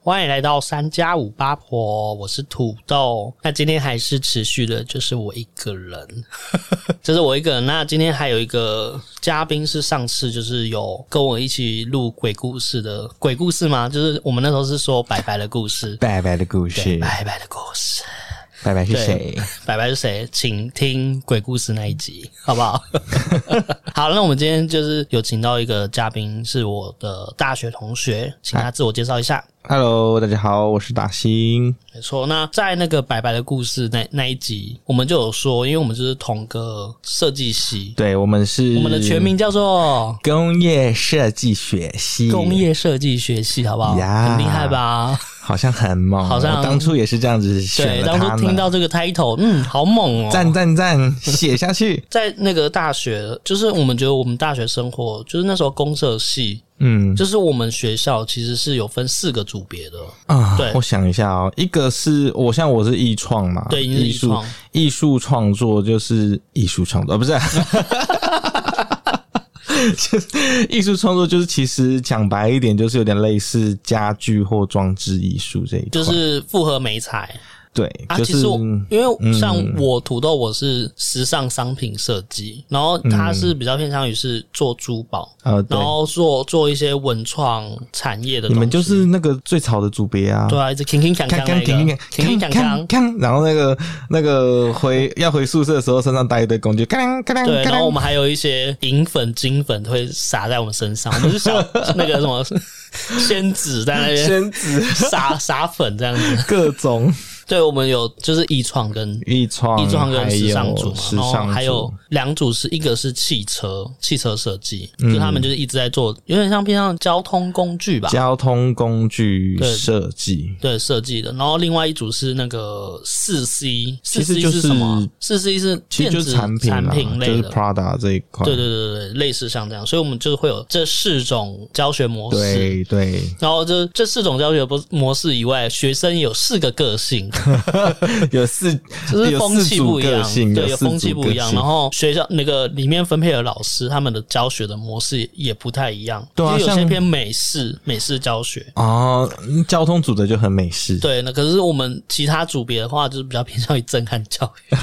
欢迎来到三加五八婆，我是土豆。那今天还是持续的，就是我一个人，这是我一个人。那今天还有一个嘉宾是上次就是有跟我一起录鬼故事的鬼故事吗？就是我们那时候是说白白的故事，拜拜的故事，白白的故事。拜拜是对谁？白白是谁？请听鬼故事那一集，好不好？ 好，那我们今天就是有请到一个嘉宾，是我的大学同学，请他自我介绍一下。 Hello，大家好，我是大兴。没错，那在那个白白的故事那那一集，我们就有说，因为我们就是同个设计系，对我们是我们的全名叫做工业设计学系，工业设计学系，好不好？嗯呀很厉害吧？好像很猛，好像我当初也是这样子 选对，了当他初听们。到这个 title，嗯，好猛哦、赞赞 赞，写下去。在那个大学，就是我们觉得我们大学生活，就是那时候公社系，嗯就是我们学校其实是有分四个组别的，啊对，我想一下哦，一个是我像我是艺创嘛，对你是艺艺术创艺术创作就是艺术创作，啊、不是、啊。 就是艺术创作，就是其实讲白一点，就是有点类似家具或装置艺术这一块。就是复合美材对，啊。就其实是我因为像我土豆，我是时尚商品设计，然后它是比较偏向于是做珠宝，呃，对然，后做做一些文创产业的东西。你们就是那个最吵的组别啊。对啊，一直铿铿锵锵看那看个，看铿铿看锵看锵看。看，然后那个那个回要回宿舍的时候，身上带一堆工具，看看看对，看然后我看。们还有一些银粉、金粉会撒在我们身上，我们是小那个什 么仙子在那边宣纸撒撒粉这样子。各种对，我们有就是艺创跟艺创、一装跟时尚组嘛，还有时然后尚组还有两组是一个是汽车，汽车设计，就嗯他们就是一直在做，有点像偏向交通工具吧，交通工具对设计，对设计的。然后另外一组是那个四 C，四其实 C 就是什么？啊四 C 是其电实就子是产品啦，就类是的。 Prada 这一块。对对对对，对类似像这样，所以我们就是会有这四种教学模式。对对，然后这这四种教学模模式以外，学生有四个个性， 有四就是有风四气组不一个样，性对，有有四风气组不个一样。性然后学校那个里面分配的老师，他们的教学的模式也不太一样，对啊就是有些像偏美式美式教学。哦，嗯交通组的就很美式，对，那可是我们其他组别的话，就是比较偏向于震撼教育，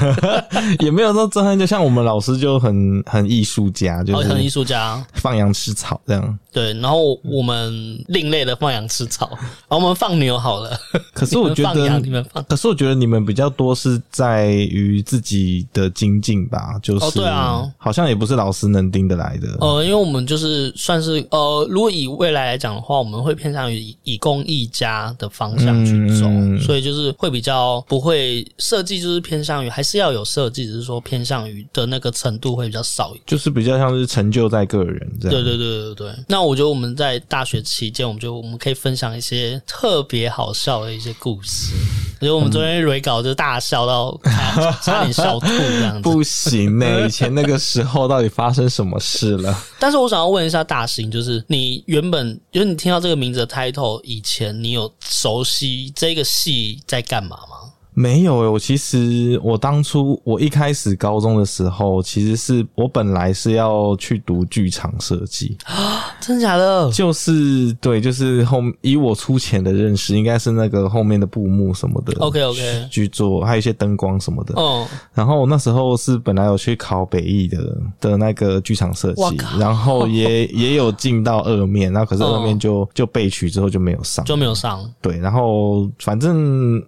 也没有说震撼，就像我们老师就很很艺术家，然就后哦很艺是术家。放羊吃草这样。对，然后我们另类的放羊吃草，然后我们放牛好了。可是我觉你们放得羊，你们放啊可是我觉得你们比较多是在于自己的精进吧，就是、哦对啊，好像也不是老师能盯得来的。呃，因为我们就是算是呃，如果以未来来讲的话，我们会偏向于以以公益家的方向去走，嗯所以就是会比较不会设计，就是偏向于还是要有设计，只是说偏向于的那个程度会比较少一点。就是比较像是成就在个人这样。对对对对对对，那我觉得我们在大学期间，我们就我们可以分享一些特别好笑的一些故 事。我觉得我们昨天蕊稿就大笑到差差点笑吐这样子。不行呢、 以前那个时候到底发生什么事了？ 但是我想要问一下大兴，就是你原本就是你听到这个名字的 title 以前，你有熟悉这个戏在干嘛吗？没有诶、欸我其实我当初我一开始高中的时候，其实是我本来是要去读剧场设计，啊真的假的？就是对，就是后以我粗浅的认识，应该是那个后面的布幕什么的 OK，OK 去做，还有一些灯光什么的。嗯，然后我那时候是本来有去考北艺的的那个剧场设计哇靠，然 后也也有进到二面，然后可是二面哦就、就被取之后就没有上。就没有上。对，然后反正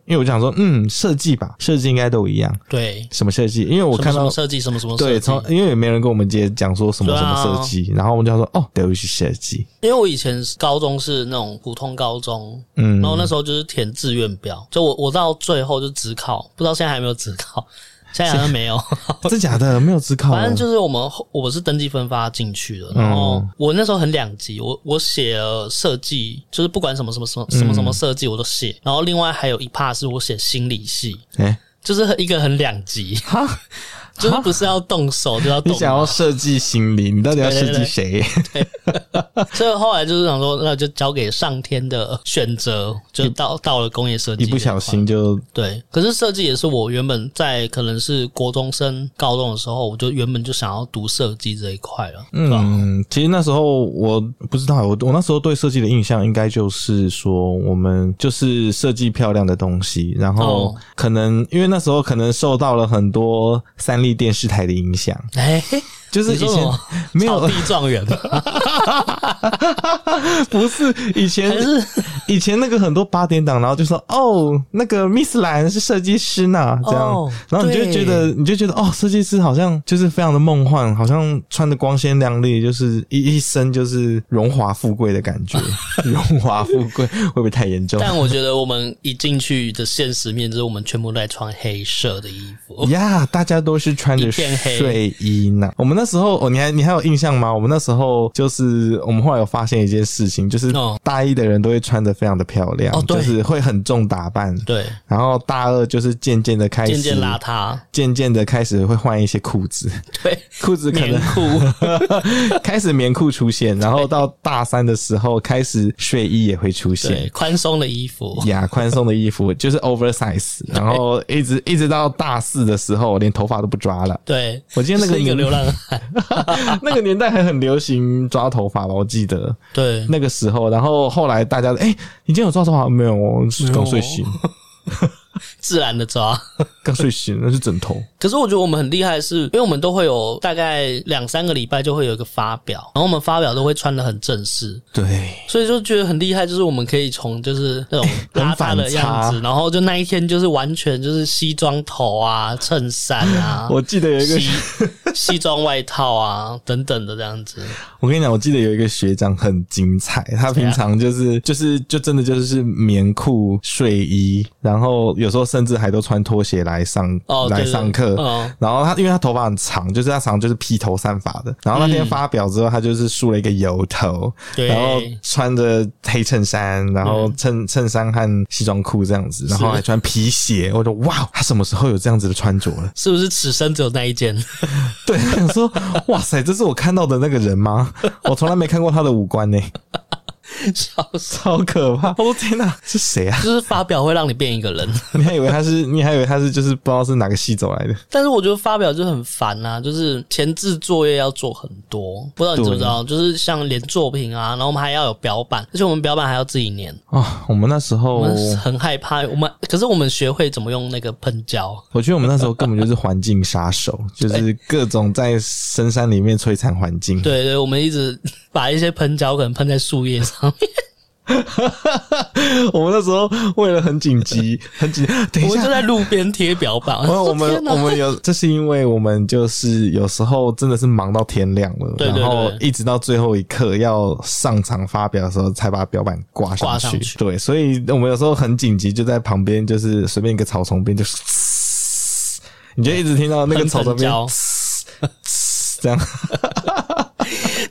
因为我想说，嗯，设计吧，设计应该都一样，对，什么设计？因为我什么看什到么设计，什么什么设对，计从。因为也没人跟我们姐讲说什么对什啊么设计，然后我们就想说哦，德语是设计，因为我以前高中是那种普通高中，嗯然，后那时候就是填志愿表，就我我到最后就只考，不知道现在还有没有只考，现在好像没有。真假的没有自考哦，反正就是我们后我是登记分发进去的，然后嗯我那时候很两极，我我写了设计，就是不管什么什么什么什么什么设计我都写，然后另外还有一 part 是我写心理系，哎、就是一个很两极，哈，就是不是要动手就要动你脑。想要设计心理，你到底要设计谁？所以后来就是想说，那就交给上天的选择，就到到了工业设计。 一不小，心就对。可是设计也是我原本在可能是国中升高中的时候，我就原本就想要读设计这一块了。对啊吧，嗯，其实那时候我不知道，我我那时候对设计的印象应该就是说，我们就是设计漂亮的东西，然后哦可能、因为那时候可能受到了很多三立电视台的影响，哎、就是以你说什前么没草有地状元，不是以前还是以前那个很多八点档，然后就说哦，那个 Miss 兰是设计师呢，这样，哦然后你就对觉得你就觉得哦，设计师好像就是非常的梦幻，好像穿的光鲜亮丽，就是一一身就是荣华富贵的感 觉，荣华富贵会不会太严重？但我觉得我们一进去的现实面，就是我们全部都在穿黑色的衣 服。呀大家都是穿着一片黑睡衣呢。我们那时候，哦，你还你还有印象吗？我们那时候就是，我们后来有发现一件事情，就是哦大一的人都会穿的非常的漂亮，哦对就是会很重打扮，对，然后大二就是渐渐的开始， 渐渐邋遢，渐渐的开始会换一些裤子， 对，裤子 可棉能裤， 开始棉裤出现，然后到大三的时候开始睡衣也会出对，现。宽松的衣服，呀，宽松的衣服就是 oversize，然后一直一直到大四的时候，连头发都不抓了。对，我记得那个是一个年流浪 汉，那个年代还很流行抓头发吧，我记得对，那个时候。然后后来大家哎、你今天有抓头发吗没有？我是刚睡醒，自然的抓。刚睡醒那是枕头。可是我觉得我们很厉害的是，因为我们都会有大概两三个礼拜就会有一个发表，然后我们发表都会穿的很正式，对，所以就觉得很厉害，就是我们可以从就是那种很邋遢的反样差、子，然后就那一天就是完全就是西装头啊、衬衫啊 我记得有一个西 西装外套啊等等的这样子，我跟你讲，我记得有一个学长很精彩，他平常啊就是就是就真的就是棉裤、睡衣，然后有时候甚至还都穿拖鞋来上、哦对来对上嗯课。然后他因为他头发很长，就是他常就是披头散发的。然后那天发表之后，他就是梳了一个油头，对嗯然后穿着黑衬衫，然后衬衬衫和西装裤这样子，然后还穿皮鞋。我说哇，他什么时候有这样子的穿着了？是不是此生只有那一件？ 对，我想说，哇塞，这是我看到的那个人吗？我从来没看过他的五官呢、笑死！超可怕！我说哦天哪，是谁啊？ 就是发表会让你变一个人，你还以为他是，你还以为他是，就是不知道是哪个系走来的。但是我觉得发表就很烦啊，就是前置作业要做很多，不知道你知不知道？就是像连作品啊，然后我们还要有表板，而且我们表板还要自己粘，啊、我们那时候我，们哦很害怕。我们可是我们学会怎么用那个喷胶，我觉得我们那时候根本就是环境杀 手，就是各种在深山里面摧残环境。对对，我们一直 把一些喷胶可能喷在树叶上面， 我们那时候为了很紧急，很 紧，等一我们就下。在路边贴表板。 哦我我天们哪我们有，这是因为我们就是有时候真的是忙到天亮了，对对对然后一直到最后一刻要上场发表的时候，才把表板挂上挂上去对，所以我们有时候很紧急，就在旁边就是随便一个草丛边就 嘶，你就一直听到那个喷草丛喷边胶嘶嘶 这样。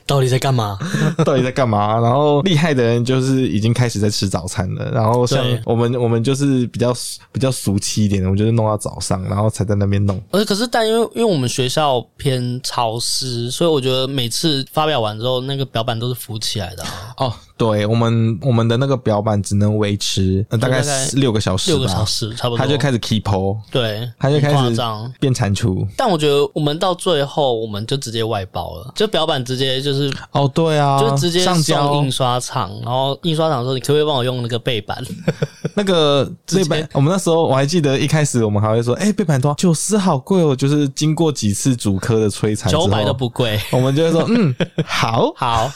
到底在干嘛？到底在干嘛？然后厉害的人就是已经开始在吃早餐了，然后像对我们我们就是比较比较俗气一点的，我们就是弄到早上，然后才在那边弄。而可是，但因为因为我们学校偏潮湿，所以我觉得每次发表完之后，那个表板都是浮起来的、啊，哦，对，我们我们的那个表板只能维持、呃大概大概六个小时吧，六个小时差不多。他就开始 keep o 对，他就开很夸始张。变蟾蜍。但我觉得我们到最后，我们就直接外包了，就表板直接就是。哦，对啊，就直接上送交印刷厂，然后印刷厂说：“你可不可以帮我用那个背 板那个直背接板，我们那时候我还记得一开始我们还会说，哎、背板多少九十好贵哦，就是经过几次主科的摧？”残之九后，百都不贵， 我们就会说，嗯，好，好，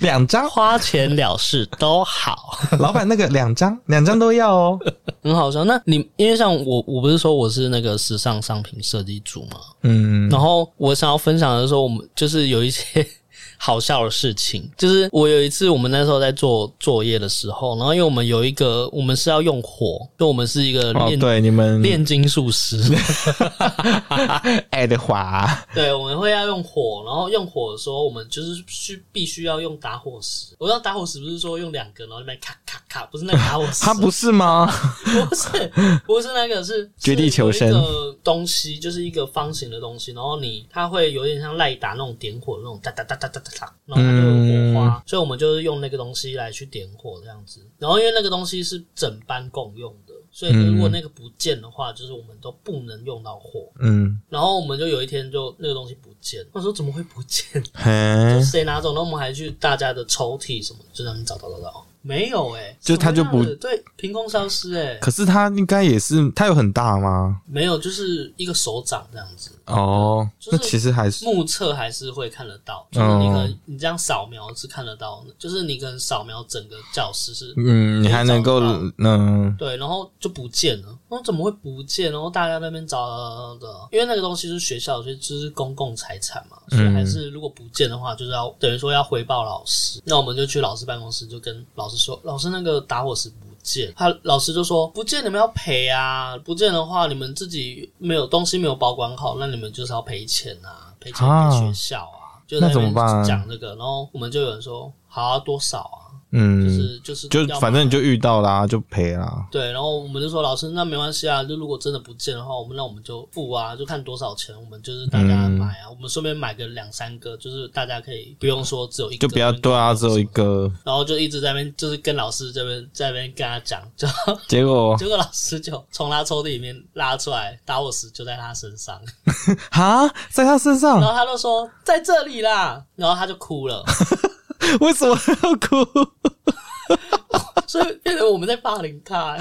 两张，花钱了事都好，老板那个两张， 两张都要哦。很好笑。那你因为像我，我不是说我是那个时尚商品设计组嘛，嗯，然后我想要分享的时候，我们就是有一些 好笑的事情，就是我有一次我们那时候在做作业的时候，然后因为我们有一个我们是要用火，就我们是一个哦，炼对，你们炼金术师，爱的华， 对，我们会要用火，然后用火的时候，我们就是需必须要用打火石。我知道打火石不是说用两个，然后那边咔咔咔，不是那个打火 石，他不是吗？不是不是那个是绝地求生是有一个东西，就是一个方形的东西，然后你它会有点像赖打那种点火的那种哒哒哒哒哒哒哒，然后它就有火嗯花，所以我们就是用那个东西来去点火这样子。然后因为那个东西是整班共用的，所以如果那个不见的话，就是我们都不能用到火。嗯，然后我们就有一天就那个东西不见，我说怎么会不见？嘿，嗯谁拿走？然后我们还去大家的抽屉什么，就让你找找找找，没有哎、就它就不什么样的对，凭空消失哎、可是他应该也是，他有很大吗？没有，就是一个手掌这样子，哦，就是那其实还是，目测还是会看得到，就是你可能哦你这样扫描是看得到的，就是你可能扫描整个教室是。嗯，你还能够可以找得，嗯，对，然后就不见了。我说怎么会不见？然后大家在那边找找找找找，因为那个东西是学校，所以就是公共财产嘛，所以嗯还是如果不见的话，就是要等于说要回报老师。那我们就去老师办公室，就跟老师说，老师那个打火石不见。他老师就说不见你们要赔啊，不见的话你们自己没有东西没有保管好，那你们就是要赔钱啊，赔钱啊给学校啊。就在那怎么办啊边讲这个，然后我们就有人说好、啊、多少啊，就嗯，是就是就要反正你就遇到啦，就赔啦。对，然后我们就说老师，那没关系啊，就如果真的不见的话，我们那我们就付啊，就看多少钱，我们就是大嗯家买啊，我们顺便买个两三个，就是大家可以不用说只有一个，就不要对啊，只有一。个，然后就一直在那边，就是跟老师这边在那边跟他讲，就 结果结果老师就从他抽屉里面拉出来打火石，就在他身上，哈，在他身然上，后他就说在这里啦，然后他就哭了，为什么要哭？所以变成我们在霸凌他、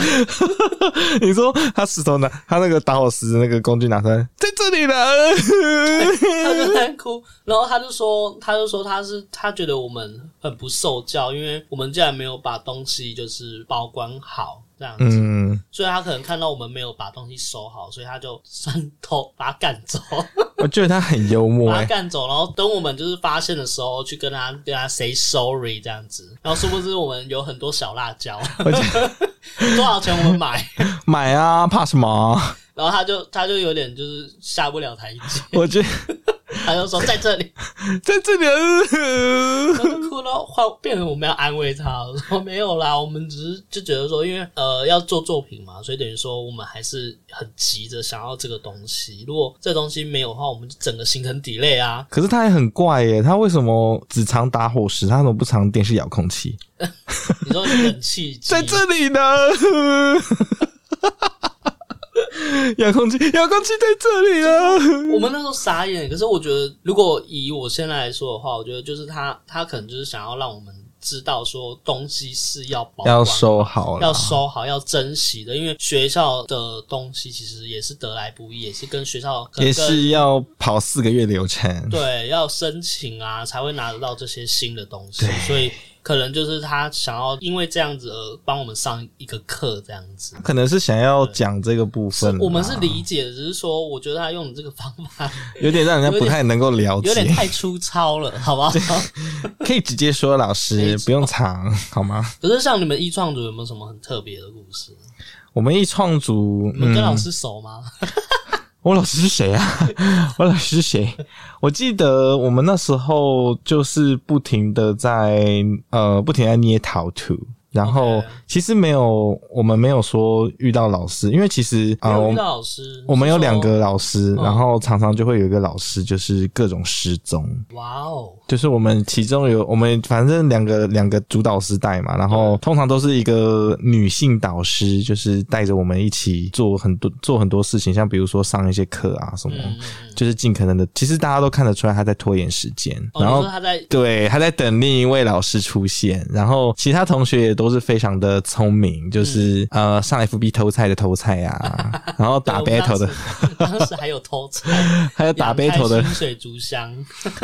你说他石头拿他那个打火石的那个工具拿出来，在这里了。 他就在哭，然后他就说，他就说他是他觉得我们很不受教，因为我们竟然没有把东西就是保管好这样子，嗯，所以他可能看到我们没有把东西收好，所以他就算偷把他赶走，我觉得他很幽默把哎、他赶走，然后等我们就是发现的时候去跟他跟他 say sorry 这样子，然后殊不知我们有很多小辣椒， 多少钱我们买， 买啊，怕什么啊？然后他就他就有点就是下不了台阶，我觉得他就说在这里。在这里啊了。哭到换变成我们要安慰他，我说没有啦，我们只是就觉得说，因为呃要做作品嘛，所以等于说我们还是很急着想要这个东西。如果这东西没有的话，我们就整个行程 delay 啊。可是他也很怪耶、他为什么只藏打火石，他怎么不藏电视遥控器？你说冷气机在这里呢。 遥控器，遥控器在这里了。我们那时候傻眼，可是我觉得，如果以我现在来说的话，我觉得就是他，他可能就是想要让我们知道说，东西是要保管要收好了，要收好、要珍惜的，因为学校的东西其实也是得来不易，也是跟学校可能也跟是要跑四个月流程。对，要申请啊，才会拿得到这些新的东西，所以可能就是他想要因为这样子而帮我们上一个课，这样子。可能是想要讲这个部是分啦，我们是理解的，只是说我觉得他用的这个方法有点让人家不太能够了有点解，太粗糙了，好不好？可以直接说老师没错不用藏好吗？可是像你们一创组有没有什么很特别的故事？嗯我们一创组，你们嗯，跟老师熟吗？我老师是谁啊？ 我老师是谁？我记得我们那时候就是不停的在呃不停地在捏陶土。然后 OK 其实没有，我们没有说遇到老师，因为其实啊，没呃我有遇们到老师，我们有是说两个。老师，嗯然后常常就会有一个老师就是各种失踪，哇哦，就是我们其中有我们反正两个两个主导师带嘛，然后通常都是一个女性导师，就是带着我们一起做很多做很多事情，像比如说上一些课啊什么，嗯，嗯就是尽可能的。其实大家都看得出来他在拖延时间，哦，你然后说他在对，他在等另一位老师出现，然后其他同学也都是非常的聪明，就是、嗯呃上 FB 偷菜的偷菜啊， 然后打 battle 的，，对 我们当时当时还有偷菜，还有 打养开 battle 的，薪水竹箱，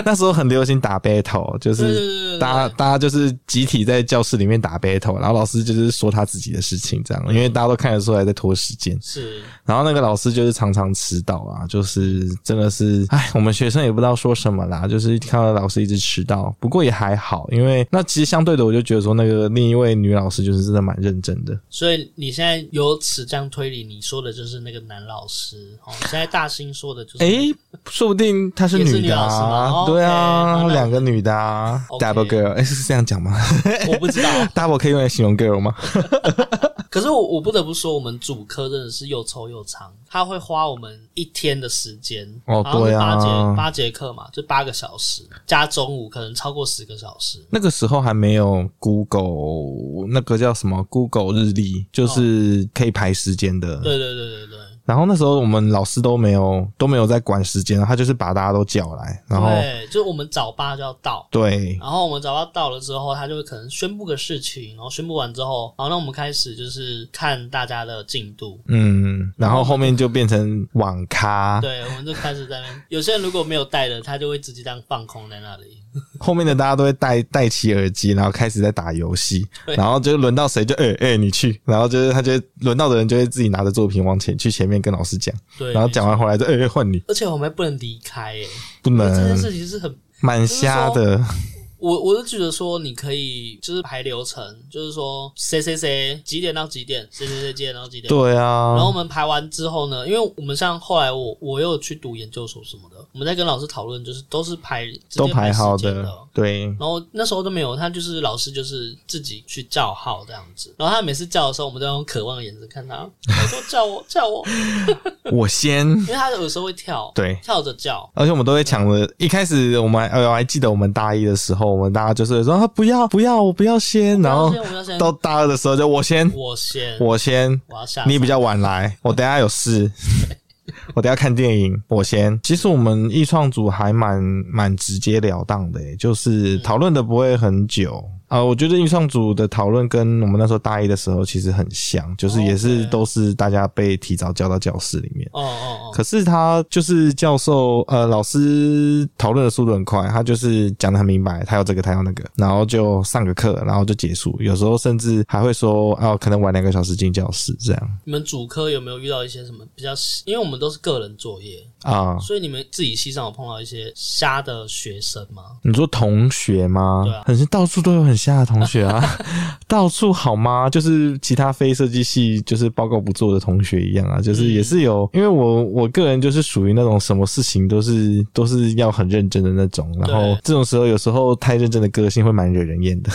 那时候很流行打 battle，就对对是。对对对，大家大家就是集体在教室里面打 battle，然后老师就是说他自己的事情这样，因为大家都看得出来在拖时间。是然后那个老师就是常常迟到啊，就是真的是，哎，我们学生也不知道说什么啦，就是看到老师一直迟到，不过也还好，因为那其实相对的，我就觉得说那个另一位女女老师就是真的蛮认真的。所以你现在由此这样推理，你说的就是那个男老师哦。你现在大兴说的就是，诶，哎说不定她是也是女女的老师啊，吗对 OK，啊，好那两个女的啊 OK double girl，哎、是这样 讲吗我不知道。 ？double 可以用来形容 girl 吗？可是我我不得不说，我们主科真的是又抽又长，他会花我们一天的时间哦好像是对八啊节八节课嘛，就八个小时，加中午可能超过十个小时。那个时候还没有 Google，那个叫什么 Google 日历，就是可以排时间的。哦对对对对对，然后那时候我们老师都没有都没有在管时间，他就是把大家都叫来，然后对，就是我们早八就要到，对然后我们早八到了之后，他就会可能宣布个事情，然后宣布完之后，好，那我们开始就是看大家的进度。嗯，然后后面就变成网咖，对，我们就开始在那边。有些人如果没有带的，他就会直接这样放空在那里。后面的大家都会戴戴起耳机，然后开始在打游戏，然后就轮到谁就哎哎、欸你去，然后就是他就会轮到的人就会自己拿着作品往前去前面跟老师讲，对，然后讲完回来就哎哎换你，而且我们还不能离开耶，不因为这件能事情是很蛮瞎的，我我是觉得说，你可以就是排流程，就是说谁谁谁几点到几点，谁谁谁几点到几点。对然后我啊，们排完之后呢，因为我们像后来我我又去读研究所什么的，我们在跟老师讨论，就是都是排直都接排排时好间的的，对，然后那时候都没有，他就是老师就是自己去叫号这样子。然后他每次叫的时候，我们都用渴望的眼神看他，他说叫我叫 我，我先因为他有时候会跳，对。跳着叫。而且我们都会抢着，一开始我们还呃我还记得我们大一的时候，我们大家就是会说啊不要不要我不要先，然后我要先我要先，到大二的时候就 我先我先，我先，我要下。你比较晚来，我等一下有事， 我等一下看电影，我先。其实我们艺创组还蛮蛮直截了当的、欸，就是讨论的不会很久。啊，我觉得艺创组的讨论跟我们那时候大一的时候其实很像，就是也是 OK 都是大家被提早叫到教室里面。哦哦哦，可是他就是教授，呃，老师讨论的速度很快，他就是讲的很明白，他要这个，他要那个，然后就上个课，然后就结束。有时候甚至还会说，哦、可能晚两个小时进教室这样你们主科有没有遇到一些什么比较？因为我们都是个人作业，啊。所以你们自己系上有碰到一些瞎的学生吗？你说同学吗？对啊很到处都有很瞎的同学啊， 到处好吗？就是其他非设计系就是报告不做的同学一样啊，嗯就是也是有，因为我我个人就是属于那种什么事情都是都是要很认真的那种，然后对这种时候有时候太认真的个性会蛮惹人厌的。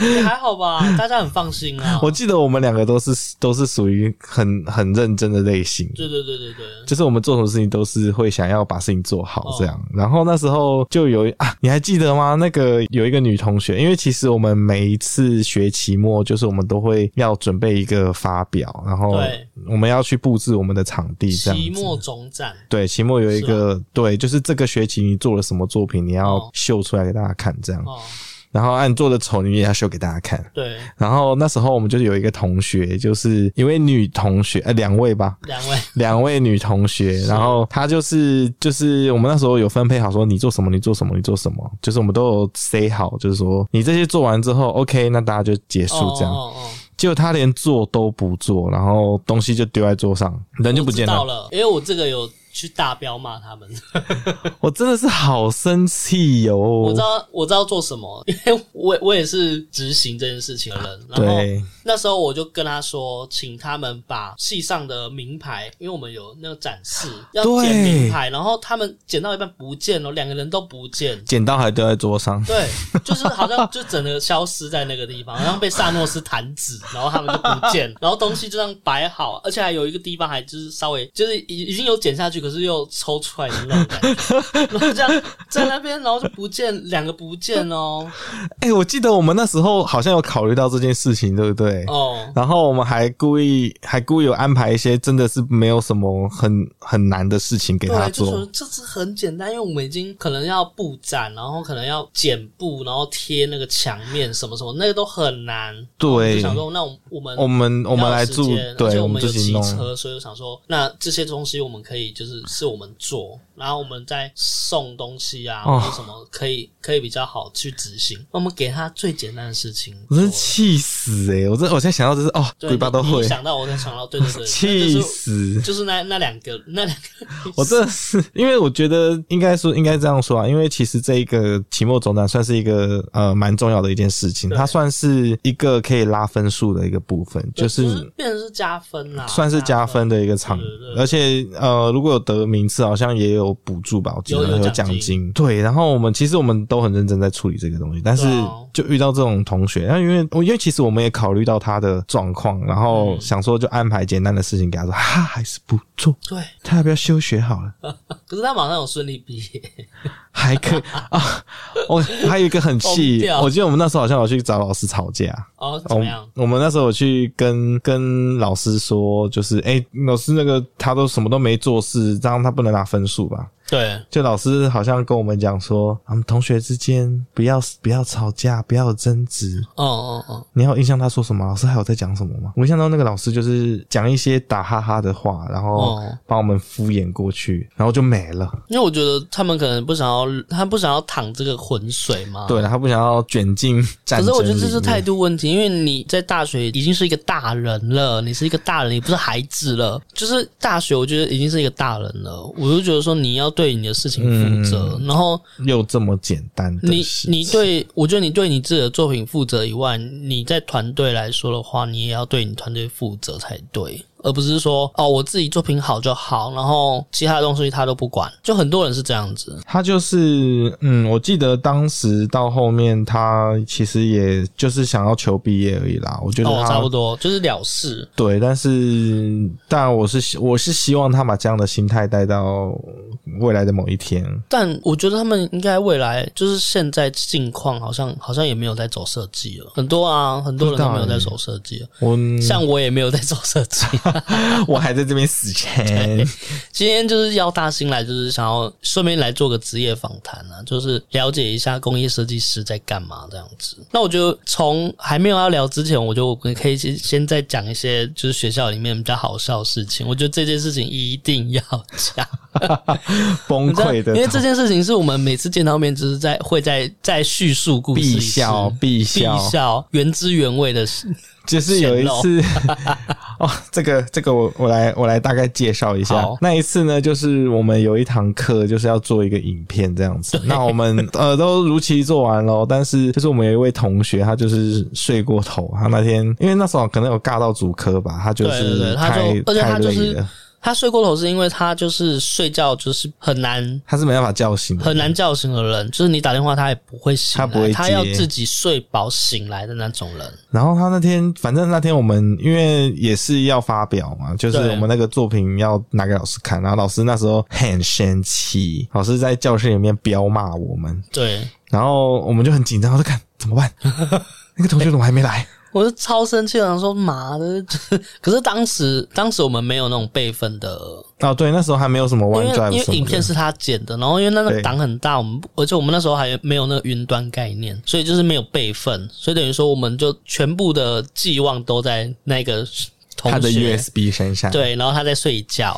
也还好 吧，大家很放心啊。我记得我们两个都是都是属于很很认真的类型，对对对对对，就是我们做什么事情都是会想要把事情做哦好这样。然后那时候就有一啊，你还记得吗？那个有一个女同学，因为其实我们每一次学期末，就是我们都会要准备一个发表，然后对我们要去布置我们的场地哦这样子。期末总展，对，期末有一是啊个对，就是这个学期你做了什么作品，你哦要秀出来给大家看，这样。哦，然后按做的丑，你也要秀给大家看。对，然后那时候我们就有一个同学，就是一位女同学，呃，两位吧，两位，两位女同学，然后她就是就是我们那时候有分配好说你做什么，你做什么，你做什么，就是我们都有 say 好，就是说你这些做完之后，OK，那大家就结束这样。哦哦哦结果她连做都不做，然后东西就丢在桌上，人就不见我知道了。了，因为我这个有去大彪骂他们，我真的是好生气 哟、我知道我知道做什么， 因为我我也是执行这件事情的人。然后对，那时候我就跟他说，请他们把系上的名牌，因为我们有那个展示要捡对名牌，然后他们捡到一半不见了，两个人都不见。剪刀还丢在桌上。对，就是好像就整个消失在那个地方，好像被萨诺斯弹指，然后他们就不见，然后东西就这样摆好，而且还有一个地方还就是稍微就是已已经有剪下去，可是又抽出来的那种感觉，然后这样在那边，然后就不见两个不见哦，哎、我记得我们那时候好像有考虑到这件事情，对不对？哦，然后我们还故意还故意有安排一些真的是没有什么很很难的事情给他对，就做是，这是很简单，因为我们已经可能要布展，然后可能要剪布，然后贴那个墙面什么什么，那个都很难。对哦就想说那我们我们我们要来有时住间，而对，且我我们们有自己骑弄。车，所以我想说，那这些东西我们可以就是就是是我们做，然后我们在送东西啊哦或者什么可以可以比较好去执行。我们给他最简单的事情我做真了，是气死欸诶、我真我现在想到就是哦，对鬼巴都你会你想到我在想到， 对对对，那气就是死！就是那那两个那两个，我真的是，因为我觉得应该说应该这样说啊，因为其实这一个期末总览算是一个呃蛮重要的一件事情，对它算是一个可以拉分数的一个部分，对 就就是是。变成是加分啦，算是加分的一个场对对，对而且呃，如果有得名次，好像也有补助吧，我记有得有有奖奖金金。对，然后我们其实我们都很认真在处理这个东西，但是对啊就遇到这种同学，然后因为我因为其实我们也考虑到他的状况，然后嗯想说就安排简单的事情给他说，哈，还是不错，对。他要不要休学好了？可是他马上有顺利毕业， 还可以啊！我还有一个 很疯气，掉我记得我们那时候好像有去找老师吵架。哦，怎我么们样？我们那时候有去跟跟老师说，就是哎、诶老师那个他都什么都没做事，这样他不能拿分数吧？对，就老师好像跟我们讲说，我们同学之间不要不要吵架，不要有争执。哦哦哦，你还有印象他说什么？老师还有在讲什么吗？我印象中那个老师就是讲一些打哈哈的话，然后哦把我们敷衍过去，然后就没了。因为我觉得他们可能不想要，他不想要淌这个浑水嘛。对了，他不想要卷进战啊可争。是我觉得这是态。度问题，因为你在大学已经是一个大人了，你是一个大人，你不是孩子了。就是大学，我觉得已经是一个大人了，我就觉得说你要对你的事情负责，嗯然后又这么简单的你事你对我觉得你对你自己的作品负责以外，你在团队来说的话，你也要对你团队负责才对，而不是说哦我自己作品好就好，然后其他的东西他都不管。就很多人是这样子，他就是，嗯，我记得当时到后面，他其实也就是想要求毕业而已啦。我觉得哦他、差不多就是了事。对，但是但我是希我是希望他把这样的心态带到未来的某一天。但我觉得他们应该未来就是现在境况，好像好像也没有在走设计了，很多啊，很多人都没有在走设计了。 我像我也没有在走设计，我还在这边死撑，今天就是邀大兴来，就是想要顺便来做个职业访谈啊，就是了解一下工业设计师在干嘛这样子。那我就从还没有要聊之前，我就我们可以先先再讲一些就是学校里面比较好笑的事情。我觉得这件事情一定要讲，崩你知道溃的因为这件事情是我们每次见到面，就是在会在在叙述故事一次，必笑必笑必笑，原汁原味的。就是有一次， 哦，这个这个我我来我来大概介绍一下好。那一次呢，就是我们有一堂课就是要做一个影片这样子。那 我们呃都如期做完咯，但是就是我们有一位同学，他就是睡过头，他那天因为那时候可能有尬到主科吧，他就对对是对他就太而且他太就是累了，他睡过头是因为他就是睡觉就是很难他是没办法叫醒的，很难叫醒的人，就是你打电话他也不会醒来，他不会接他要自己睡饱醒来的那种人。然后他那天，反正那天我们因为也是要发表嘛，就是对我们那个作品要拿给老师看，然后老师那时候很生气，老师在教室里面彪骂我们，对，然后我们就很紧张，我说看怎 么办？那个同学怎么还没来？我就超生气，想说妈的！ 可是当时当时我们没有那种备份的哦，对，那时候还没有什么因 OneDrive 什为么因为的影片是他剪的，然后因为那个对档很大，我们不而且我们那时候还没有那个云端概念，所以就是没有备份，所以等于说我们就全部的寄望都在那个同他的学 USB 身上，对，然后他在睡觉，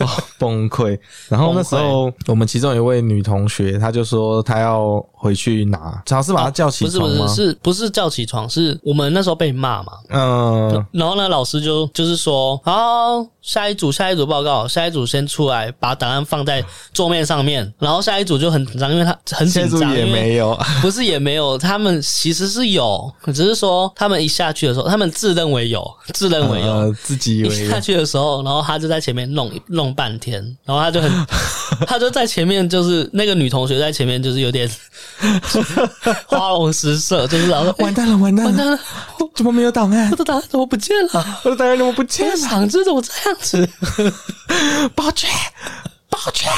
哦，崩溃。然后那时候我们其中有一位女同学，她就说她要回去拿，老师把她叫起不是床不吗？是是不是叫起床？是我们那时候被骂嘛。嗯，然后呢，老师就就是说，好，下一组，下一组报告，下一组先出来，把档案放在桌面上面。然后下一组就很紧张，因为他很紧现在张，也因为没 有。不是也没有，他们其实是有，只是说他们一下去的时候，他们自认为有，自认为有。呃，自己以一为有下去的时候，然后他就在前面弄弄半天，然后他 就很，他就在前面，就是那个女同学在前面，就是有点 花容失色，就是然后说完蛋了，完蛋完了，蛋了，怎么没有档案我？的答案怎么不见了？ 我的档案怎么不我见的 了？嗓子怎么这样子？宝娟，宝娟，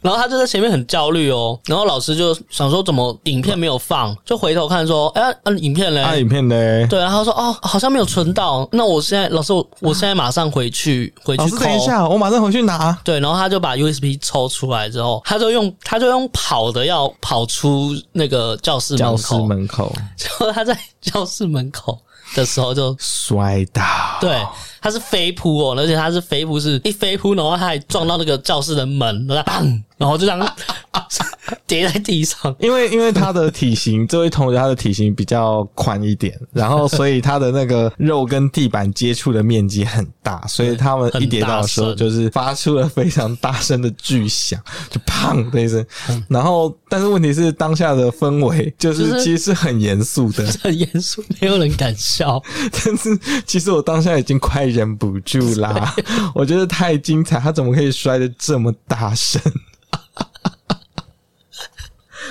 然后他就在前面很焦虑哦，然后老师就想说怎么影片没有放，就回头看说，哎、啊，影片嘞？啊，影片呢？对，然后他说哦，好像没有存到，那我现在老师，我我现在马上回去回去啊老师，抠等。一下，我马上回去拿。对，然后他就把 USB 抽出来之后，他就用他就用跑的要跑出那个教室门教口，室门口，结果他在教室门口的时候 就摔倒，对，他是飞扑哦，而且他是飞扑，是一飞扑，然后他还撞到那个教室的门，然后他砰，然后就这样 跌在地上。因为因为他的体型，这位同学他的体型比较宽一 点，然后所以他的那个肉跟地板接触的面积很大，所以他们一跌倒的时候很大就是发出了非常大声的巨 响，就砰的一声。然后，但是问题是当下的氛围就就是是其实是很严肃的，很严肃，没有人敢笑。 但是其实我当下已经快忍不住 啦，我觉得太精彩，他怎么可以摔得这么大声？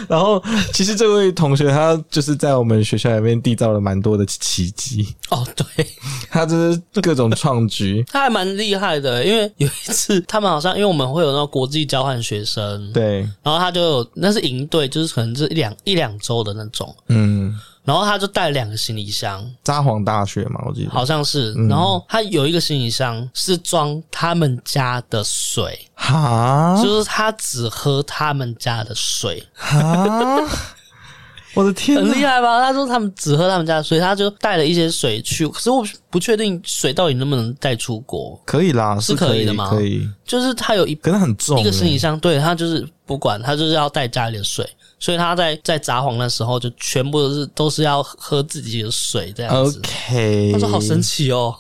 然后，其实这位同学他就是在我们学校里面缔造了蛮多的奇迹，哦，对，他就是各种 ，创举他还蛮厉害的，因为有一次他们好像，因为我们会有那种国际交换学生，对，然后他就有那是营队，就是可能是一两一两周的那种，嗯，然后他就带了两个行李箱，札幌大学嘛，我记得，好像是，然后他有一个行李箱是装他们家的水。哈就是他只喝他们家的水，哈， 我的天很 哪，厉害吧？他说他们只喝他们家的水，他就带了一些水去。可是我不确定水到底能不能带出国，可以啦，是可可以以的吗可以，就是他有一可是很重、一个行欸李箱，对他就是不管，他就是要带家里的水。所以他在在札幌的时候，就全部都是都是要喝自己的水这样子。 ，OK，他说好神奇哦，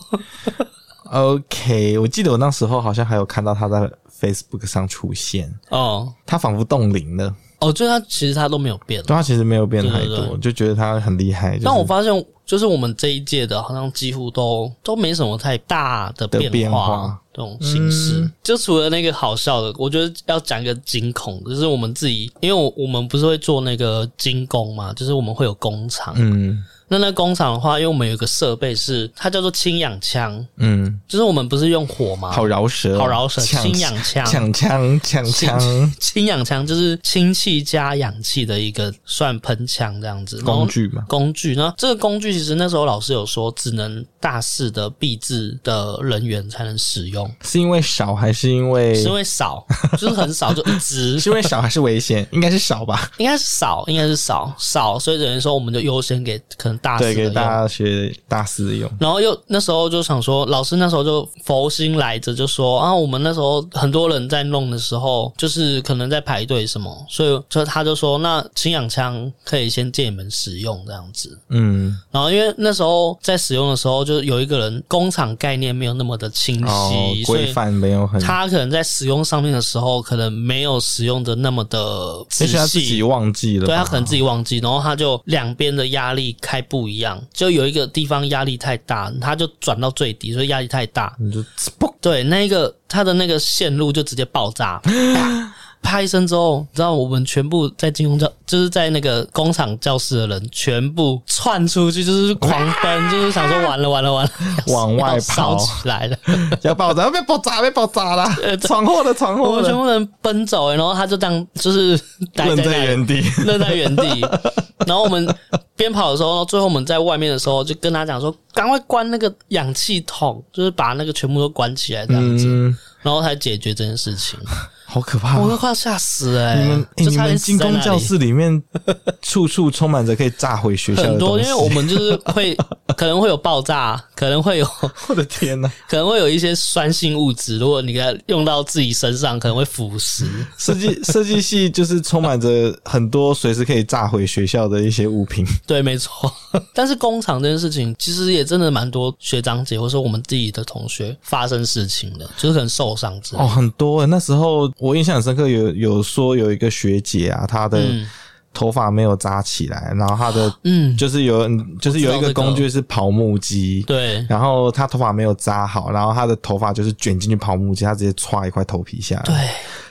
OK，我记得我那时候好像还有看到他在 Facebook 上出现，哦他仿佛冻龄了，哦，就他其实他都没有变。对他其实没有变太对对多，就觉得他很厉害。但我就是发现，就是我们这一届的，好像几乎都都没什么太大的的变化，变化这种形式。就除了那个好笑的，我觉得要讲一个惊恐，就是我们自己，因为我我们不是会做那个精工嘛，就是我们会有工厂。嗯那那工厂的话，因为我们有一个设备是它叫做氢氧枪，嗯，就是我们不是用火吗？好饶舌啊哦，好饶舌，呛氢氧枪。呛呛呛呛氢氧枪就是氢气加氧气的一个算喷枪这样子，然后工具嘛，工具呢？这个工具其实那时候老师有说，只能大四的毕制的人员才能使用，是因为少还是因为是因为 少，就是很少，就一直是因为少还是危险？应该是少 吧？应该是少，应该是少少，所以等于说我们就优先给可能大四对，的给用。大学大四用。然后又那时候就想说，老师那时候就佛心来着，就说啊，我们那时候很多人在弄的时候，就是可能在排队什么，所以就他就说，那氢氧枪可以先借你们使用这样子。嗯，然后因为那时候在使用的时候，就是有一个人工厂概念没有那么的清晰，哦，所规以范没有很，他可能在使用上面的时候，可能没有使用的那么的仔也许他自己细。忘记了吧，对他可能自己忘记，然后他就两边的压力开不一样，就有一个地方压力太大，他就转到最低，所以压力太大。你就嘣对，那一个他的那个线路就直接爆 炸，啪啪一声之后，你知道我们全部在金工教，就是在那个工厂教室的人全部窜出去，就是狂 奔，就是想说完了完了完了，要往 外要烧跑起来了。要爆炸，要被爆炸，被爆炸啦！闯祸了，闯呃我祸们全了，部人奔走、欸，然后他就这样就是待愣在在那里。原地。 愣在原地，然后我们边跑的时候，最后我们在外面的时候，就跟他讲说，赶快关那个氧气筒，就是把那个全部都关起来这样子，嗯，然后才解决这件事情。好可怕我哦！都快要吓死哎、欸！你就们、欸、你差们点死进在那攻里教室里面，处处充满着可以炸毁学校很的多，东因西。为我们就是会可能会有爆炸，可能会有我的天哪、可能会有一些酸性物质，如果你给它用到自己身上，可能会腐蚀。设计设计系就是充满着很多随时可以炸毁学校的一些物 品。对，没错。但是工厂这件事情，其实也真的蛮多学长姐或者说我们自己的同学发生事情的，就是可能受伤之类的。哦，很多。那时候我印象很深刻有，有说有一个学姐啊，她的嗯头发没有扎起来，然后她的嗯，就是有就是有一我个知道这个工具是刨木机，对，然后她头发没有扎好，然后她的头发就是卷进去刨木机，她直接歘一块头皮下来，对，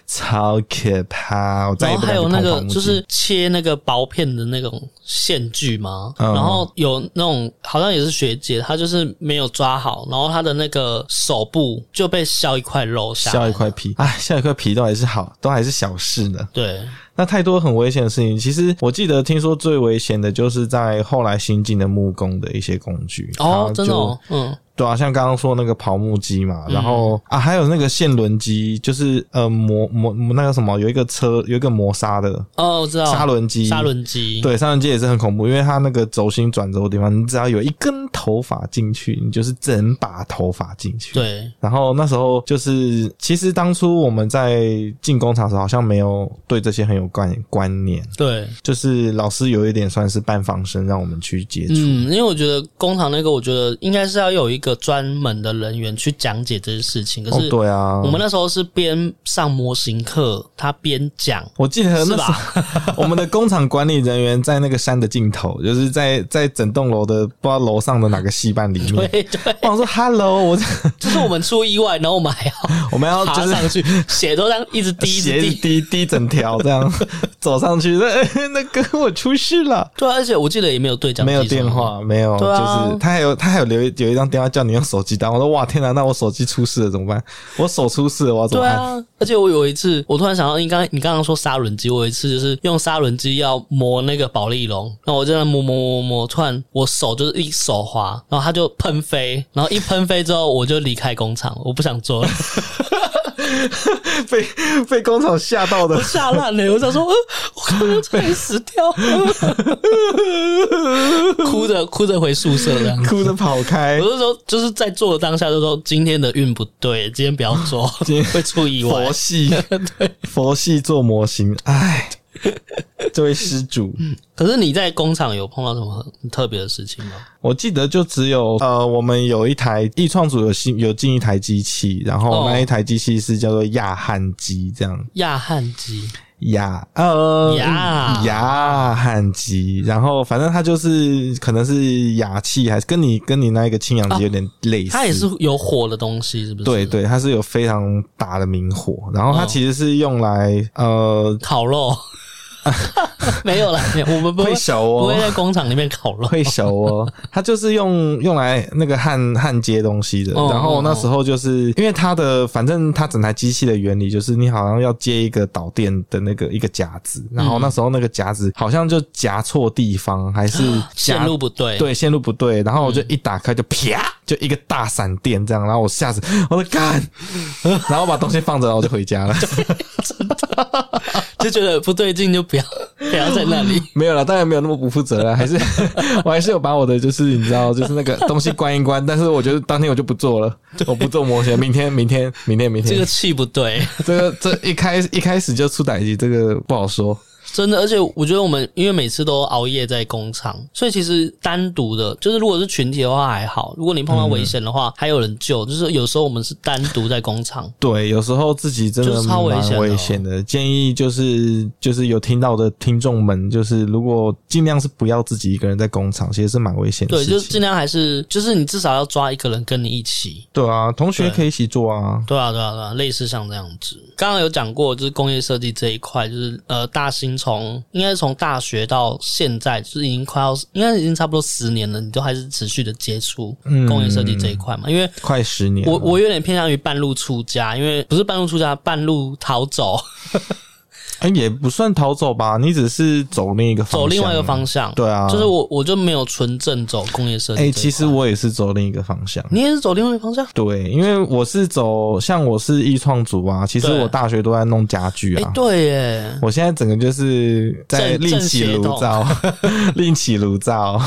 超可怕！我再然也后还不敢去有碰那个防腐剂就是切那个薄片的那种线锯嘛，嗯然后有那种好像也是学姐，她就是没有抓好，然后她的那个手部就被削一块肉下来削一块皮，哎，削一块皮都还是好，都还是小事呢。对，那太多很危险的事情，其实我记得听说最危险的就是在后来新进的木工的一些工具哦它，真的就哦，嗯，对啊，像刚刚说那个跑木机嘛，然嗯后、啊，还有那个线轮机，就是呃磨磨那个什么，有一个车有一个磨砂的哦，我知道，砂轮机，砂轮机，对，砂轮机也是很恐怖，因为它那个轴心转轴的地方，你只要有一根头发进去，你就是整把头发进去。。对然后那时候就是，其实当初我们在进工厂的时候，好像没有对这些很有观观念，对，就是老师有一点算是半放生，让我们去接触。嗯，因为我觉得工厂那个，我觉得应该是要有一个专门的人员去讲解这些事情。可哦，是对啊，我们那时候是边上模型课，他边讲，我记得那时是候吧？我们的工厂管理人员在那个山的尽头，就是在在整栋楼的不知道楼上的哪个戏班里面。 对 对，我想说，Hello，我 就是我们出意外，然后我们还要我们要爬哦就上是 去，血都这样一直滴一鞋直子滴。 滴滴整条这样走上去，那、 那个我出事了。对啊，而且我记得也没有对讲，没有电，话，没有，对啊就是他还有他还有留一有一张电话叫你用手机打，我说哇天哪、那我手机出事了怎么办？我手出事了，我要怎么对办？啊，而且我有一次，我突然想到，你刚你刚刚说砂轮机，我有一次就是用砂轮机要磨那个保丽龙，那我在那磨磨磨磨，突然我手就是一手滑，然后它就喷飞，然后一喷飞之后我就离开工厂，我不想做了，，被被工厂吓到 的 吓烂了，我想说，呃、我刚刚差点死掉 了，哭着哭着回宿舍的。哭着跑开 我。是说，就是在做的当下，就说今天的运不对，今天不要 做，今天会出意外 佛。系，佛系做模型，哎，这位施主，可是你在工厂有碰到什么很特别的事情吗？我记得就只有呃，我们有一台易创组有新有进一台机器，然后哦那一台机器是叫做亚汉机，这样亚汉机，亚呃亚亚汉机，然后反正它就是可能是雅气，还是跟你跟你那一个氢氧机有点类似，它哦也是有火的东西，是不是？对，对，它是有非常大的明火，然后它哦其实是用来呃烤 肉没有啦，没有我们不会会熟不哦会。在工厂里面烤肉。会熟 哦，它就是用用来那个焊焊接东西的。哦然后那时候就是因为它的，反正它整台机器的原理就是你好像要接一个导电的那个一个夹子，嗯然后那时候那个夹子好像就夹错地方，还是线夹路啊不对，嗯对线路不对，然后我就一打开就啪，就一个大闪电这样，然后我吓死，我说干，然后我把东西放着，然后我就回家了。就觉得不对劲，就不要 不要在那 里。没有了，当然没有那么不负责啊了，还是 我还是有把我的就是你知道就是那个东西关一关，但是我觉得当天我就不做了，我不做模型，明天明天明天明这天个，气不对，这个这一开一开始就出歹机，这个不好说。真的。而且我觉得我们因为每次都熬夜在工厂，所以其实单独的，就是如果是群体的话还好，如果你碰到危险的嗯话，还有人救。就是有时候我们是单独在工厂，对，有时候自己真的就是超危险的蛮哦危险的，建议就是就是有听到的听众们，就是如果尽量是不要自己一个人在工厂，其 实是蛮危险的对，事就情。尽量还是就是你至少要抓一个人跟你一起，对啊，同学对可以一起做啊。对啊，对啊，对啊，类似像这样子。刚刚有讲过，就是工业设计这一块，就是呃，大兴从应该是从大学到现在，就是已经快要，应该已经差不多十年了，你都还是持续的接触嗯工业设计这一块嘛？因为快十年了，我我有点偏向于半路出家，因为不是半路出家，半路逃走，哎、也不算逃走吧，你只是走另一个方向走另外一个方向。对啊，就是我我就没有纯正走工业设计哎、这一块。其实我也是走另一个方向。你也是走另外一个方向。对，因为我是走像我是艺创组啊，其实对我大学都在弄家具哎、啊。对耶，我现在整个就是在正另起炉灶， 另起炉灶。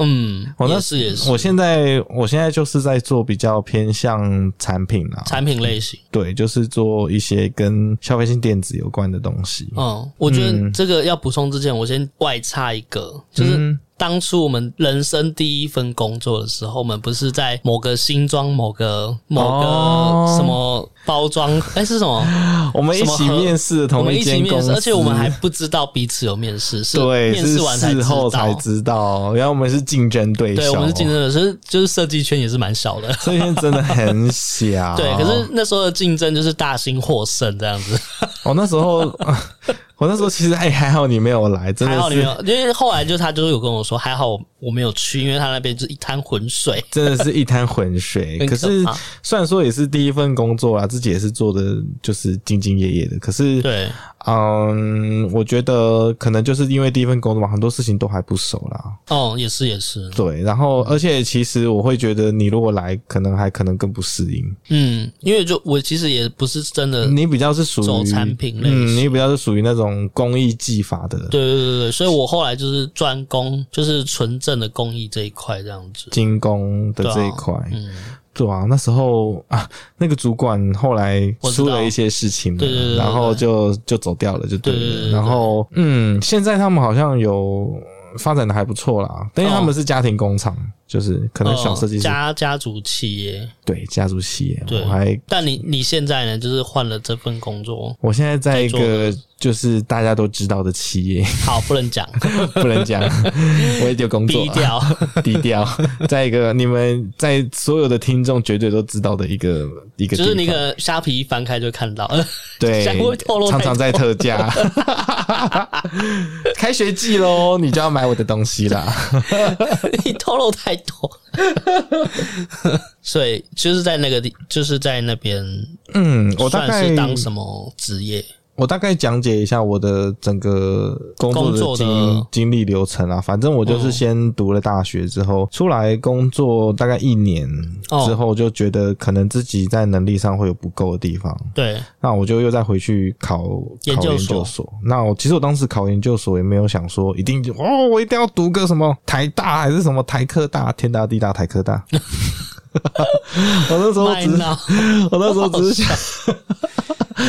嗯，我哦那也是也是我现在我现在就是在做比较偏向产品啦，产品类型。对，就是做一些跟消费性电子有关的东西。嗯，我觉得这个要补充之前，我先外插一个，就是嗯当初我们人生第一份工作的时候，我们不是在某个新庄、某个某哦个什么包装，哎、是什 么？我们一起什么和面试的我同们一起间公面试，司，而且我们还不知道彼此有面试，是对面试完才是知事后才道。知道，原来我们是竞争对手，对，我们是竞争者，所以就是设计圈也是蛮小的。这边真的很 小。对，可是那时候的竞争就是大兴获胜这样子。哦我那时候， 我那时候其实哎、还好你没有来， 真的还是好你没有，因为后来就他就是有跟我说，还好我我没有去，因为他那边就是一滩浑水。真的是一滩浑 水。很可可是怕虽然说也是第一份工作啦，啊自己也是做的就是兢兢业业的，可是对，嗯，我觉得可能就是因为第一份工作嘛，很多事情都还不熟啦。哦，也是也是，对，然嗯后而且其实我会觉得你如果来，可能还可能更不适应。嗯，因为就我其实也不是真的，你比较是属于走呃产品类型嗯，你比较是属于那种工艺技法的对对对对，所以我后来就是专攻，就是纯正的工艺这一块这样子。精工的对啊这一块。嗯，对啊，那时候啊，那个主管后来我知道出了一些事情嘛，对对对对然后就就走掉了，就对了。对对对对对然后嗯，现在他们好像有发展的还不错啦，但因为他们是家庭工厂，就是可能小设计哦师、家家族企业，对家族企业，对我还。但你你现在呢，就是换了这份工作，我现在在一在做个就是大家都知道的企业， 好不能讲，不 能讲，我也有工作低啊，调。低调。在一个你们在所有的听众绝对都知道的一个一个就地方，是那个虾皮一翻开就看到， 对想会透露，太常常在特 价。开学季喽，你就要买我的东西啦。你透露太 多，所以就是在那个地，就是在那边，嗯，我大算概是当什么职业？我大概讲解一下我的整个工作工的作的经经历流程啊。反正我就是先读了大学之后，出来工作大概一年哦之后，就觉得可能自己在能力上会有不够的地方，对，那我就又再回去考研考究所研究所。那我其实我当时考研究所也没有想说一定就哦，我一定要读个什么台大还是什么台科大，天大地大台科大。 我那时候 卖只是闹。我那时候 只是想，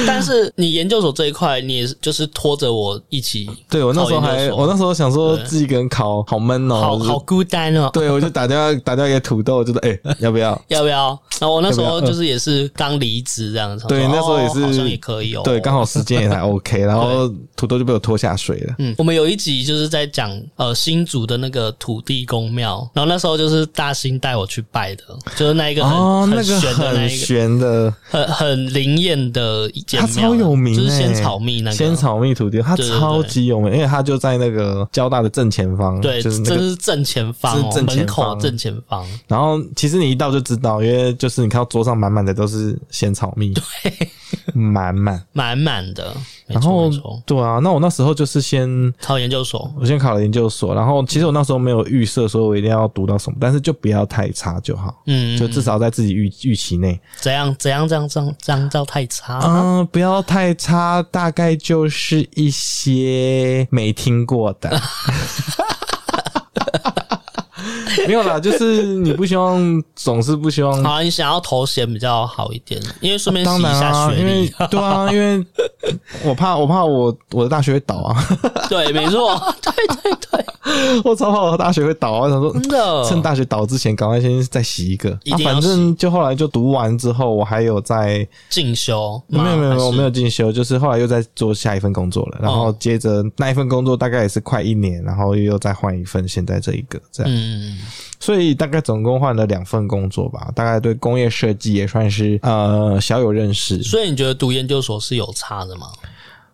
但是你研究所这一块，你也是就是拖着我一起，对我那时候考研还究所我那时候想说自己一个人考好闷哦、好就是好孤单哦。对我就打电话打电话给土 豆，就是哎、要不要？要不要？然后我那时要候不要就是也是刚离职这样子，对想说那时候也哦是好像也可以哦。对，刚好时间也还 OK，然后土豆就被我拖下水了。嗯，我们有一集就是在讲呃新竹的那个土地公庙，然后那时候就是大兴带我去拜的，就是那一个很、哦，那很个玄的那很一个悬的，很很灵验的一间它庙，超有名就是欸仙草蜜那个，仙草蜜土地，它对对对超级有名，因为它就在那个交大的正前方，对，就是那这个。是正前方哦，这是正前方门口正前方，然后其实你一到就知道，因为就是你看到桌上满满的都是仙草 蜜，对，满满。满满的。没然错后没错，对啊，那我那时候就是先考研究所，我先考了研究所，然后其实我那时候没有预设说我一定要读到什么，但是就不要太差就好，嗯，就至少在自己预预期内。怎样怎样这样这样这样照太差，嗯，不要太差，大概就是一些没听过 的。没有啦，就是你不希望，总是不希望。好、啊，你想要头衔比较好一点，因为顺便洗嗯当一然下啊，学因为历。对啊，因为我怕，我怕我我的大学会倒 啊， 对，没错， 对对对，我超怕我的大学会倒啊。我想说，嗯真的。趁大学倒之前，赶快先再洗一个。一啊，定要反正就后来就读完之后，我还有在进修没吗？哦有没有没有我没有。有进修，就是后来又在做下一份工作了，然后接着那一份工作大概也是快一年，然后又又再换一份现在这一个这样，嗯，所以大概总共换了两份工作吧，大概对工业设计也算是呃小有认识。所以你觉得读研究所是有差的吗？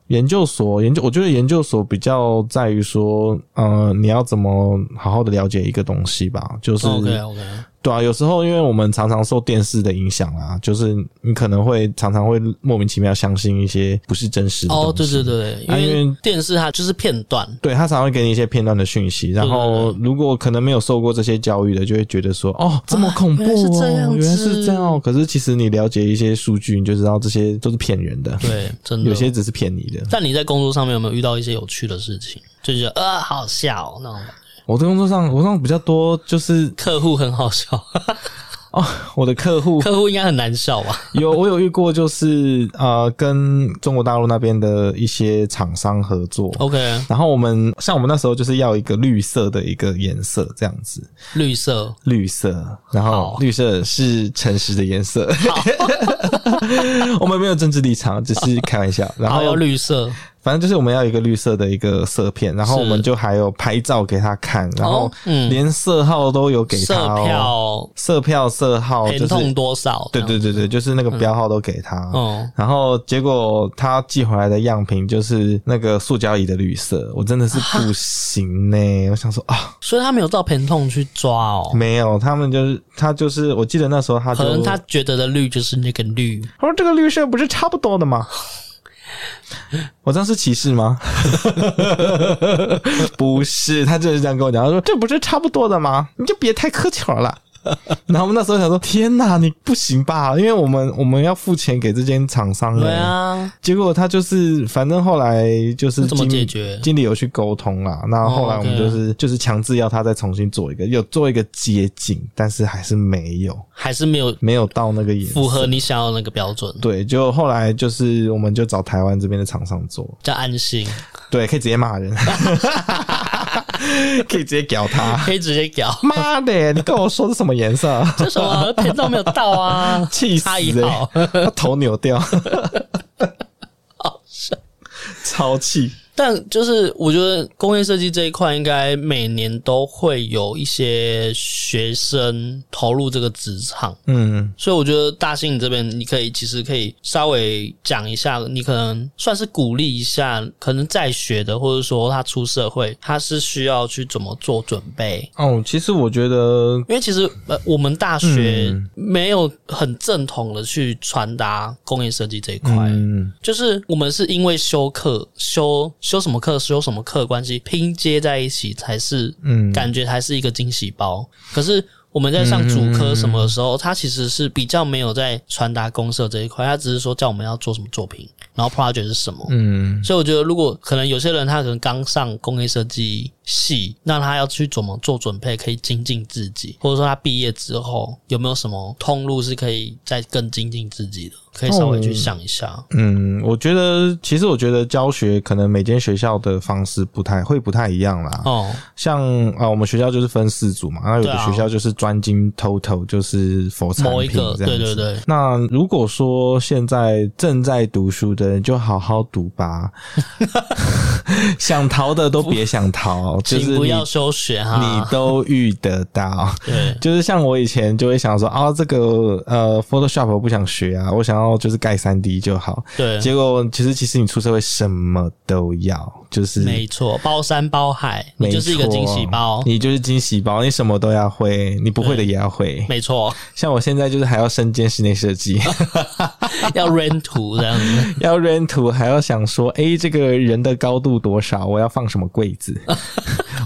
研究所研究，我觉得研究所比较在于说，呃，你要怎么好好的了解一个东西吧，就是哦 OK OK，对啊，有时候因为我们常常受电视的影响啊，就是你可能会常常会莫名其妙相信一些不是真实的哦，东对对西。对，因啊因为为电视它就是片段，对他常常会给你一些片段的讯息，然后如果可能没有受过这些教育的，就会觉得说哦，这么恐怖、哦啊原来是这样子原来是这样哦。可是其实你了解一些数据，你就知道这些都是骗人的，对，真的有些只是骗你的。但你在工作上面有没有遇到一些有趣的事情？就觉得呃好笑哦那种我的工作上，我上比较多就是客户很好笑，哦，我的客 户客户应该很难笑吧？有我有遇过，就是呃，跟中国大陆那边的一些厂商合作。 OK，然后我们像我们那时候就是要一个绿色的一个颜色这样子，绿色绿色，然后好绿色是诚实的颜色。 我们没有政治立场，只是开玩笑。然然后后又绿色，反正就是我们要有一个绿色的一个色片，然后是我们就还有拍照给他看，然后哦嗯连色号都有给他、色哦，票色票色号疼就是痛多少？对对对对，就是那个标号都给他。这样，哦，然后结果他寄回来的样品就是那个塑胶椅的绿色，我真的啊是不行呢、我想说啊，所以他没有到疼痛去抓哦，没有，他们就是他就是，我记得那时候他就可能他觉得的绿就是那个绿，他说这个绿色不是差不多的吗？我这样是歧视 吗？不是，他真的是这样跟我讲，他说这不是差不多的吗？你就别太苛求了。 然后我们那时候想说，天哪，你不行吧？因为我们我们要付钱给这间厂商、欸，对啊，结果他就是，反正后来就是那怎么经解决经理有去沟通啦，那后来我们就是、就是强制要他再重新做一个，有做一个接近，但是还是没有还是没有没有到那个颜色符合你想要的那个标准，对，就后来就是我们就找台湾这边的厂商做，叫安心，对，可以直接骂人， 可以直接屌他。。可以直接搞 妈的，你跟我说是什么颜色？啊这什么疼痛没有到啊？ 气死、差一欸！号他头扭 掉，超气。但就是我觉得工业设计这一块，应该每年都会有一些学生投入这个职场，嗯，所以我觉得大兴你这边，你可以其实可以稍微讲一下，你可能算是鼓励一下，可能在学的，或者说他出社会，他是需要去怎么做准备。哦，其实我觉得因为其实呃，我们大学没有很正统的去传达工业设计这一块，嗯，就是我们是因为修课、修修什么课、修什么课的关系拼接在一起，才是嗯感觉还是一个惊喜包。可是我们在上主嗯科什么的时候，它其实是比较没有在传达公社这一块，它只是说叫我们要做什么作品，然后 project 是什么。嗯所以我觉得，如果可能有些人他可能刚上工业设计系，那他要去怎么做准备，可以精进自己，或者说他毕业之后有没有什么通路是可以再更精进自己的，可以稍微去想一下。嗯，我觉得其实我觉得教学可能每间学校的方式不太会不太一样啦。哦，像啊、我们学校就是分四组嘛，那有对的啊学校就是专精 total 就是佛产某一品这个，样子。对对对，那如果说现在正在读书的人，就好好读 吧，想逃的都别 想逃，就是请不你要休学你哈。都遇得到。对，就是像我以前就会想说啊，这个呃 Photoshop 我不想学啊，我想要就是盖三 D 就好。对，结果其实其实你出社会什么都要，就是没错，包山包海，你就是一个没错惊喜包，你就是惊喜包，你什么都要会，你不会的也要会。没错， 像我现在就是还要身兼室内设计，要 rent 图这样子， 要rental，还要想说，诶、这个人的高度多少，我要放什么柜 子，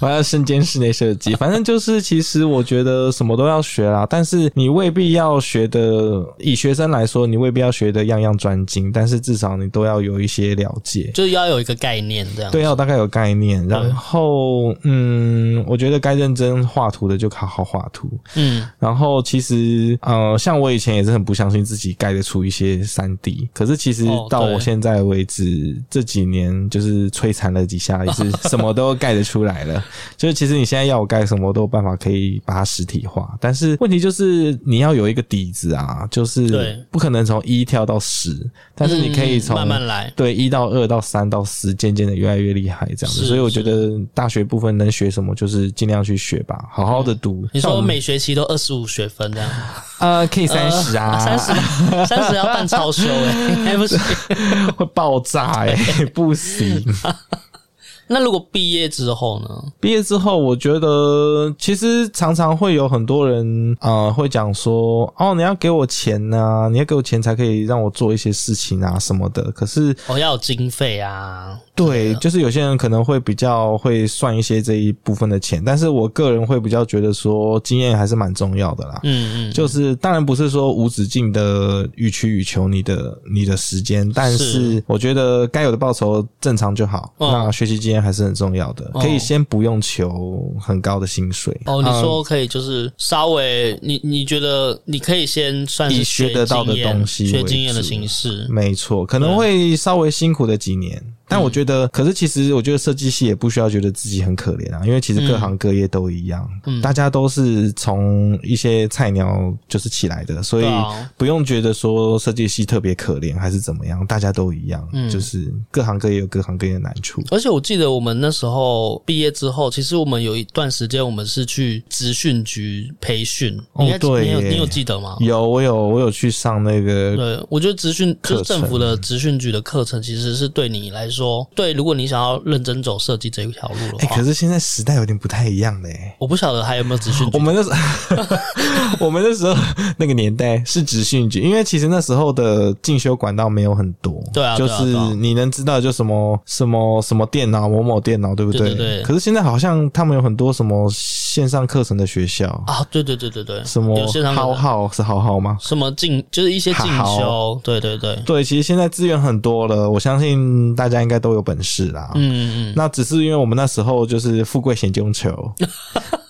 我要身兼室内设计，反正就是，其实我觉得什么都要学啦，但是你未必要学的，以学生来说，你未必要学的样样专精，但是至少你都要有一些了解。就是要有一个概念这样。对，啊要大概有概念，然后嗯，我觉得该认真画图的就好好画图，嗯，然后其实呃，像我以前也是很不相信自己盖得出一些三 D，可是其实哦到对我现在为止、这几年就是摧残了几下，也是什么都盖得出来了。 就是其实你现在要我盖什么，我都有办法可以把它实体化，但是问题就是你要有一个底子啊，就是对不可能从一跳到十，但是你可以嗯从、慢慢来。对，一到二到三到四，渐渐的越来越厉害这样子，是所以我觉得大学部分能学什么，就是尽量去学吧，好好的读。你像我说们每学期都二十五学分这样，呃，可以三十啊，呃三十三十要办超修 哎、还不行。会 爆炸 哎、不行。那如果毕业之后呢？毕业之后，我觉得其实常常会有很多人呃会讲说，哦，你要给我钱呐、你要给我钱才可以让我做一些事情啊什么的。可是我、哦要有经费啊，对，就是有些人可能会比较会算一些这一部分的钱，但是我个人会比较觉得说，经验还是蛮重要的啦。嗯嗯，就是当然不是说无止境的予取予求你的你的时间，但是是我觉得该有的报酬正常就好。嗯那学习经验还是很重要的，哦可以先不用求很高的薪水。哦，你嗯说可以，就是稍微，你你觉得你可以先算是以学得到的经验东西学为经验的主形式，嗯没错，可能会稍微辛苦的几年，但我觉得，可是其实我觉得设计系也不需要觉得自己很可怜啊，因为其实各嗯行各业都一样，大家都是从一些菜鸟就是起来的，所以对啊不用觉得说设计系特别可怜还是怎么样，大家都一样，嗯就是各行各业有各行各业的难处。而且我记得我们那时候毕业之后，其实我们有一段时间我们是去职训局培训，哦你应该对你有耶你有记得吗？有，我有，我有去上那个，对，我觉得职训就是课程政府的职训局的课程，其实是对你来说，对，如果你想要认真走设计这一条路哎、的话，可是现在时代有点不太一样嘞、我不晓得还有没有职训我局。们 那时候，我们那时候那个年代是职训局，因为其实那时候的进修管道没有很多，对啊就对啊是对啊你能知道就什么什么什么电脑某某电脑，对不对对对可是现在好像他们有很多什么线上课程的学校，啊，对对对对对，什么有线上浩的浩是浩浩吗？什么进，就是一些进好修，对对对，对，其实现在资源很多了，我相信大家应该都有本事啦。嗯嗯嗯，那只是因为我们那时候就是富贵险 中求，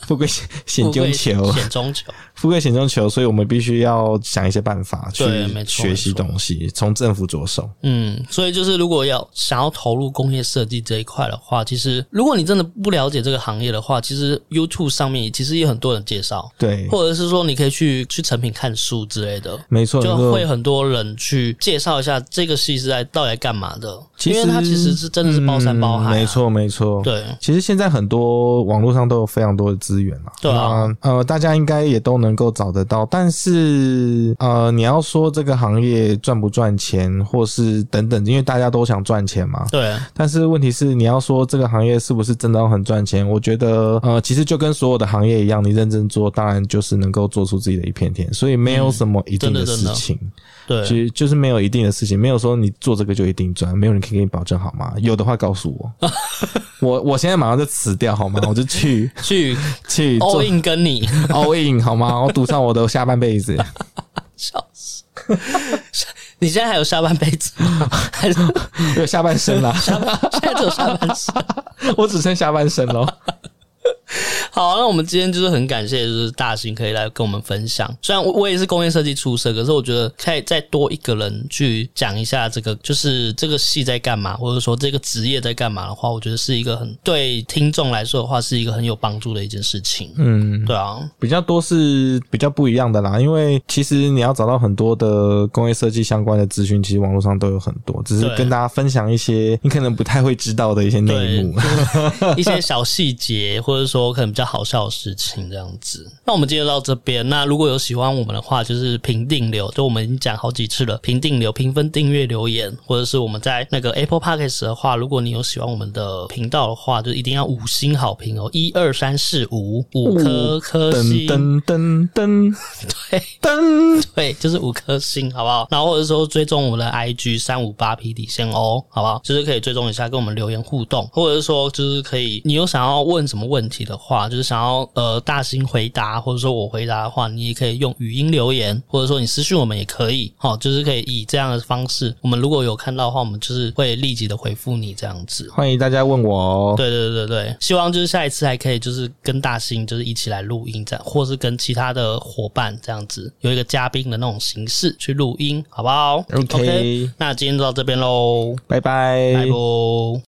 富贵险险中求，险中求，富贵险中求，所以我们必须要想一些办法去对没错学习没错东西，从政府着手。嗯，所以就是如果要想要投入工业设计这一块的话，其实如果你真的不了解这个行业的话，其实 YouTube 上面其实也有很多人介绍，对，或者是说你可以去去成品看书之类的。没错，就没错会很多人去介绍一下这个戏是在到底在干嘛的，其因实为它其实是真的是包山包海、啊嗯没，错，没错。对，其实现在很多网络上都有非常多的资源啦，对啊那呃，大家应该也都能够找得到。但是呃，你要说这个行业赚不赚钱，或是等等，因为大家都想赚钱嘛，对，但是问题是，你要说这个行业是不是真的很赚钱？我觉得，呃，其实就跟所有的行业一样，你认真做，当然就是能够做出自己的一片天。所以没有什么一定嗯真的事情，对，其实就是没有一定的事情，没有说你做这个就一定赚，没有人可以给你保证好吗？有的话告诉 我，我我现在马上就辞掉好吗？我就去去去做 all in 跟你 all in 好吗？我赌上我的下半辈子。 笑死。你现在还有下半辈子吗？还是有下半身 啦，现在只有下半身？我只剩下半身喽。好，那我们今天就是很感谢，就是大兴可以来跟我们分享。虽然我我也是工业设计出身，可是我觉得可以再多一个人去讲一下这个，就是这个戏在干嘛，或者说这个职业在干嘛的话，我觉得是一个很对听众来说的话，是一个很有帮助的一件事情。嗯，对啊，比较多是比较不一样的啦，因为其实你要找到很多的工业设计相关的资讯，其实网络上都有很多，只是对跟大家分享一些你可能不太会知道的一些内幕。 一些小细节，或者说可能比较好笑的事情这样子。那我们今天就到这边。那如果有喜欢我们的话，就是评定留，就我们已经讲好几次了，评定留、评分、订阅、留言，或者是我们在那个 Apple Podcast 的话，如果你有喜欢我们的频道的话，就一定要五星好评哦，一二三四五五颗颗嗯噔星。噔噔噔 对噔，对，就是五颗星，好不好？然后或者说追踪我们的 IG 三五八 P 底线哦，好不好？就是可以追踪一下，跟我们留言互动，或者是说就是可以，你有想要问什么问题的话，就是想要呃大兴回答，或者说我回答的话，你也可以用语音留言，或者说你私讯我们也可以，好、就是可以以这样的方式，我们如果有看到的话，我们就是会立即的回复你这样子。欢迎大家问我哦。对对对对，希望就是下一次还可以就是跟大兴就是一起来录音这样，或是跟其他的伙伴这样子，有一个嘉宾的那种形式去录音，好不好 OK 那今天就到这边喽，拜拜，拜拜。